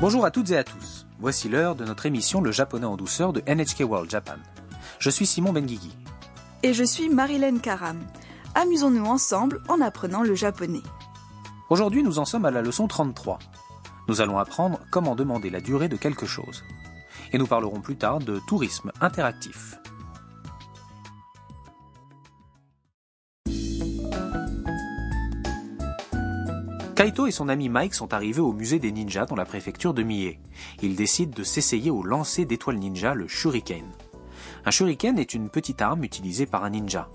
Bonjour à toutes et à tous. Voici l'heure de notre émission Le japonais en douceur de NHK World Japan. Je suis Simon Benguigui. Et je suis Marilène Karam. Amusons-nous ensemble en apprenant le japonais. Aujourd'hui, nous en sommes à la leçon 33. Nous allons apprendre comment demander la durée de quelque chose. Et nous parlerons plus tard de tourisme interactif. Kaito et son ami Mike sont arrivés au musée des ninjas dans la préfecture de Mie. Ils décident de s'essayer au lancer d'étoiles ninja, le shuriken. Un shuriken est une petite arme utilisée par un ninja.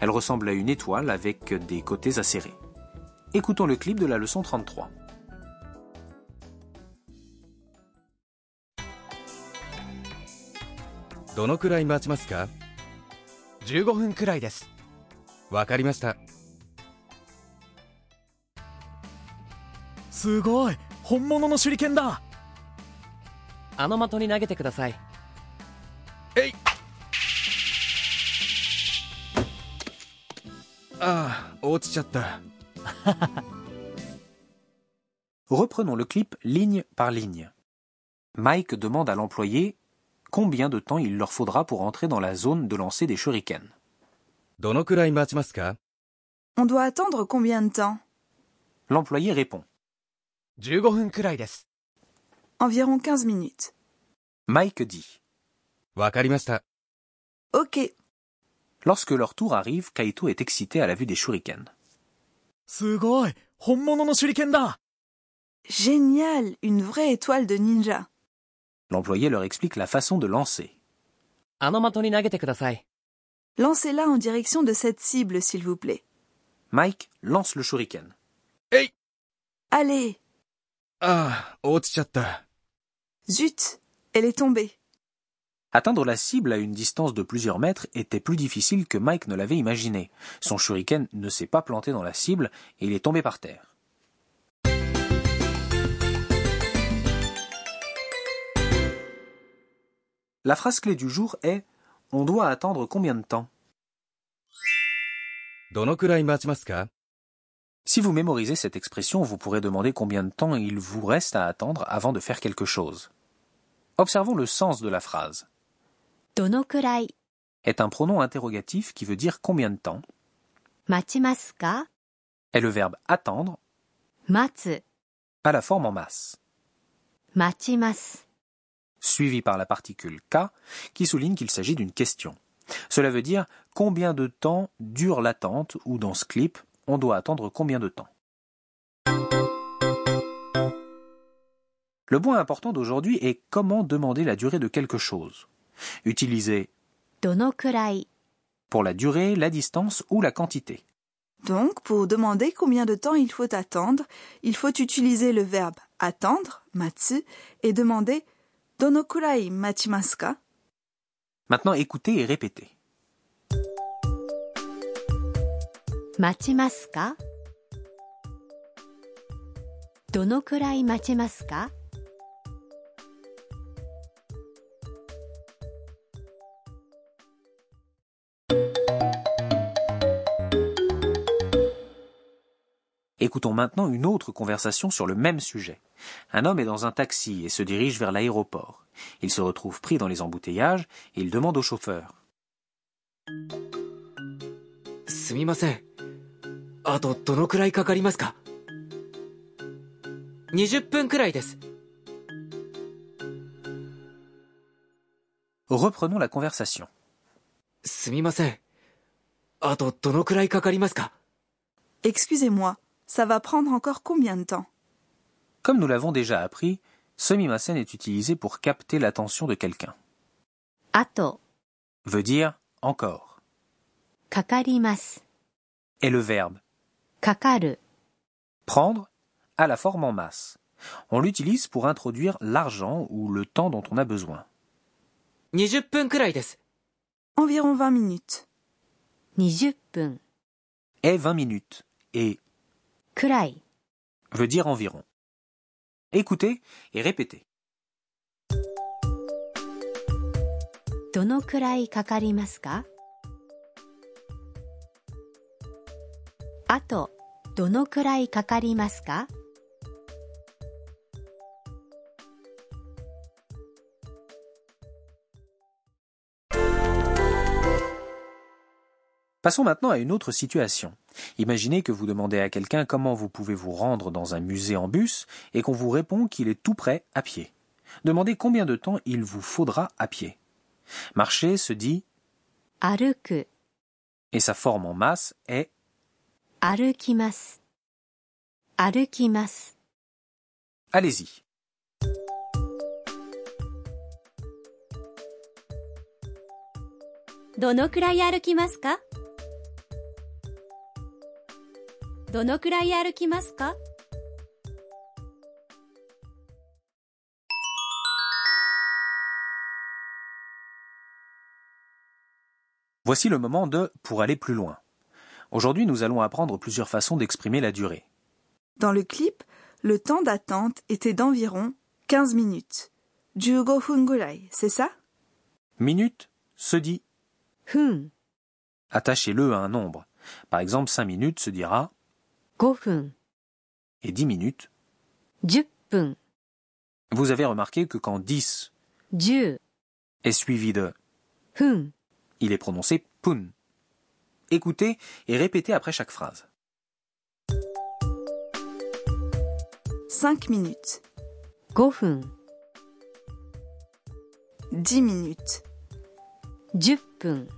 Elle ressemble à une étoile avec des côtés acérés. Écoutons le clip de la leçon 33. どのくらい待ちますか15分くらいですわかりましたすごい本物の手裏剣だあの的に投げてくださいああ落ちちゃった Reprenons le clip ligne par ligne. Mike demande à l'employé combien de temps il leur faudra pour entrer dans la zone de lancer des shurikens. どのくらい待ちますか On doit attendre combien de temps L'employé répond. 15分くらいです Environ 15 minutes. Mike dit. わかりました Ok, Lorsque leur tour arrive, Kaito est excité à la vue des shurikens. すごい本物の手裏剣だ génial, une vraie étoile de ninja. L'employé leur explique la façon de lancer. あの的に投げてください Lancez-la en direction de cette cible, s'il vous plaît. Mike lance le shuriken. Allez, ああ落ちちゃった、 zut, elle est tombée. Atteindre la cible à une distance de plusieurs mètres était plus difficile que Mike ne l'avait imaginé. Son shuriken ne s'est pas planté dans la cible et il est tombé par terre. La phrase clé du jour est On doit attendre combien de temps どのくらい待ちますか Si vous mémorisez cette expression, vous pourrez demander combien de temps il vous reste à attendre avant de faire quelque chose. Observons le sens de la phrase. どのくらい Est un pronom interrogatif qui veut dire combien de temps, 待ちますか est le verbe attendre, 待つ、 à la forme en masse, 待ちます。 suivi par la particule K qui souligne qu'il s'agit d'une question. Cela veut dire combien de temps dure l'attente ou dans ce clip, on doit attendre combien de temps. Le point important d'aujourd'hui est comment demander la durée de quelque chose. Utilisez どのくらい pour la durée, la distance ou la quantité. Donc, pour demander combien de temps il faut attendre, il faut utiliser le verbe attendre, matsu, et demander donokurai machimasu ka Maintenant écoutez et répétez. 待ちますかどのくらい待ちますか Écoutons maintenant une autre conversation sur le même sujet. Un homme est dans un taxi et se dirige vers l'aéroport. Il se retrouve pris dans les embouteillages et il demande au chauffeur. すみませんあとどのくらいかかりますか20分くらいです Reprenons la conversation. すみませんあとどのくらいかかりますか Excusez-moi, ça va prendre encore combien de temps Comme nous l'avons déjà appris, semi-masen est utilisé pour capter l'attention de quelqu'un. あと、 Veut dire encore. かかります。 Et le verbe かかる、 prendre à la forme en masse. On l'utilise pour introduire l'argent ou le temps dont on a besoin. 20分くらいです Environ 20 minutes. 20分、 Est 20 minutes et くらい、 veut dire environ. Écoutez et répétez. どのくらいかかりますかあと、どのくらいかかりますか Passons maintenant à une autre situation. Imaginez que vous demandez à quelqu'un comment vous pouvez vous rendre dans un musée en bus et qu'on vous répond qu'il est tout près à pied. Demandez combien de temps il vous faudra à pied. Marcher se dit 歩く、 et sa forme en masse est 歩きます。歩きます。 allez-y. 「どのくらい歩きますか?」「どのくらい歩きますか?」 Voici le moment de pour aller plus loin. Aujourd'hui, nous allons apprendre plusieurs façons d'exprimer la durée. Dans le clip, le temps d'attente était d'environ 15 minutes. Jugo fungurai, c'est ça Minute se dit ふん、 attachez-le à un nombre. Par exemple, 5 minutes se dira 5分、 et 10 minutes. 10分、 Vous avez remarqué que quand 10 10 est suivi de 分、 il est prononcé pun. Écoutez et répétez après chaque phrase. 5 minutes, 5分、 10 minutes, 10分、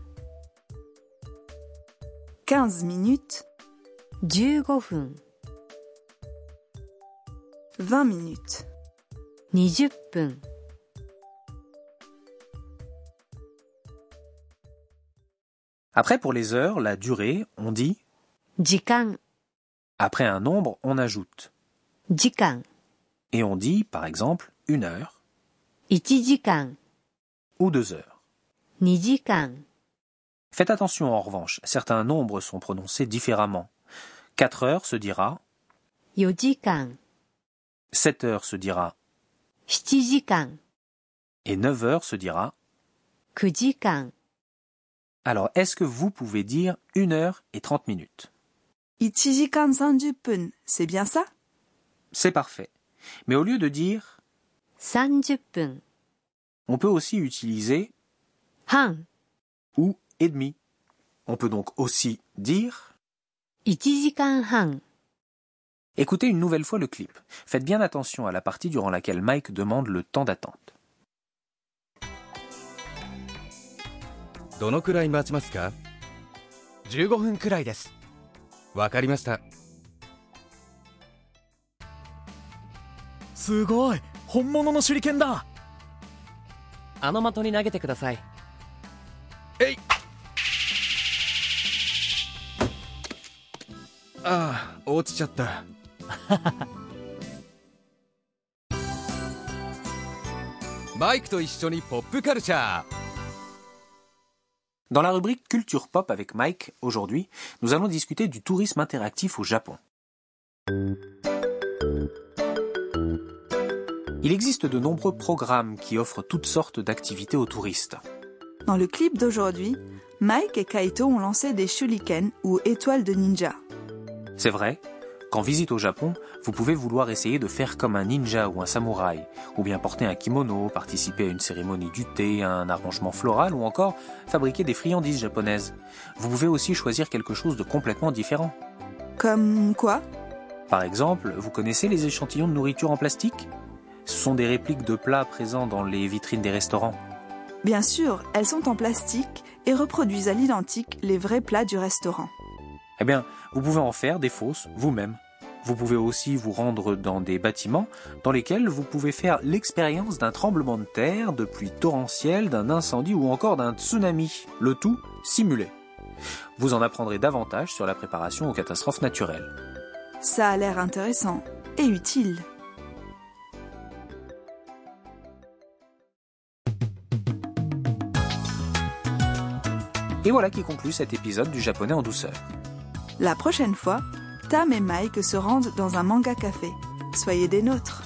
15 minutes, 15分、 20 minutes. 20分。 Après pour les heures, la durée, on dit 時間、 après un nombre, on ajoute 時間、 et on dit par exemple une heure 1時間、 ou deux heures. 2時間、 Faites attention en revanche, certains nombres sont prononcés différemment. 4 heures se dira, 4時間、 7 heures se dira 7時間、 et 9 heures se dira. 9時間、 Alors est-ce que vous pouvez dire une heure et 30 minutes Ichijikan sanjupun, c'est bien ça C'est parfait. Mais au lieu de dire, 30分、 on peut aussi utiliser 半、 ou et demi. On peut donc aussi dire 1時間半、 Écoutez une nouvelle fois le clip. Faites bien attention à la partie durant laquelle Mike demande le temps d'attente. どのくらい待ちますか15分くらいです。わかりましたすごい本物の手裏剣だあの的に投げてくださいああ落ちち ゃったマイクと一緒にポップカルチャー Dans la rubrique Culture Pop avec Mike, aujourd'hui, nous allons discuter du tourisme interactif au Japon. Il existe de nombreux programmes qui offrent toutes sortes d'activités aux touristes. Dans le clip d'aujourd'hui, Mike et Kaito ont lancé des shuriken ou étoiles de ninja. C'est vrai, qu'en visite au Japon, vous pouvez vouloir essayer de faire comme un ninja ou un samouraï, ou bien porter un kimono, participer à une cérémonie du thé, à un arrangement floral ou encore fabriquer des friandises japonaises. Vous pouvez aussi choisir quelque chose de complètement différent. Comme quoi Par exemple, vous connaissez les échantillons de nourriture en plastique Ce sont des répliques de plats présents dans les vitrines des restaurants. Bien sûr, elles sont en plastique et reproduisent à l'identique les vrais plats du restaurant. Eh bien, vous pouvez en faire des fausses vous-même. Vous pouvez aussi vous rendre dans des bâtiments dans lesquels vous pouvez faire l'expérience d'un tremblement de terre, de pluies torrentielles, d'un incendie ou encore d'un tsunami, le tout simulé. Vous en apprendrez davantage sur la préparation aux catastrophes naturelles. Ça a l'air intéressant et utile. Et voilà qui conclut cet épisode du japonais en douceur. La prochaine fois, Tam et Mike se rendent dans un manga café. Soyez des nôtres.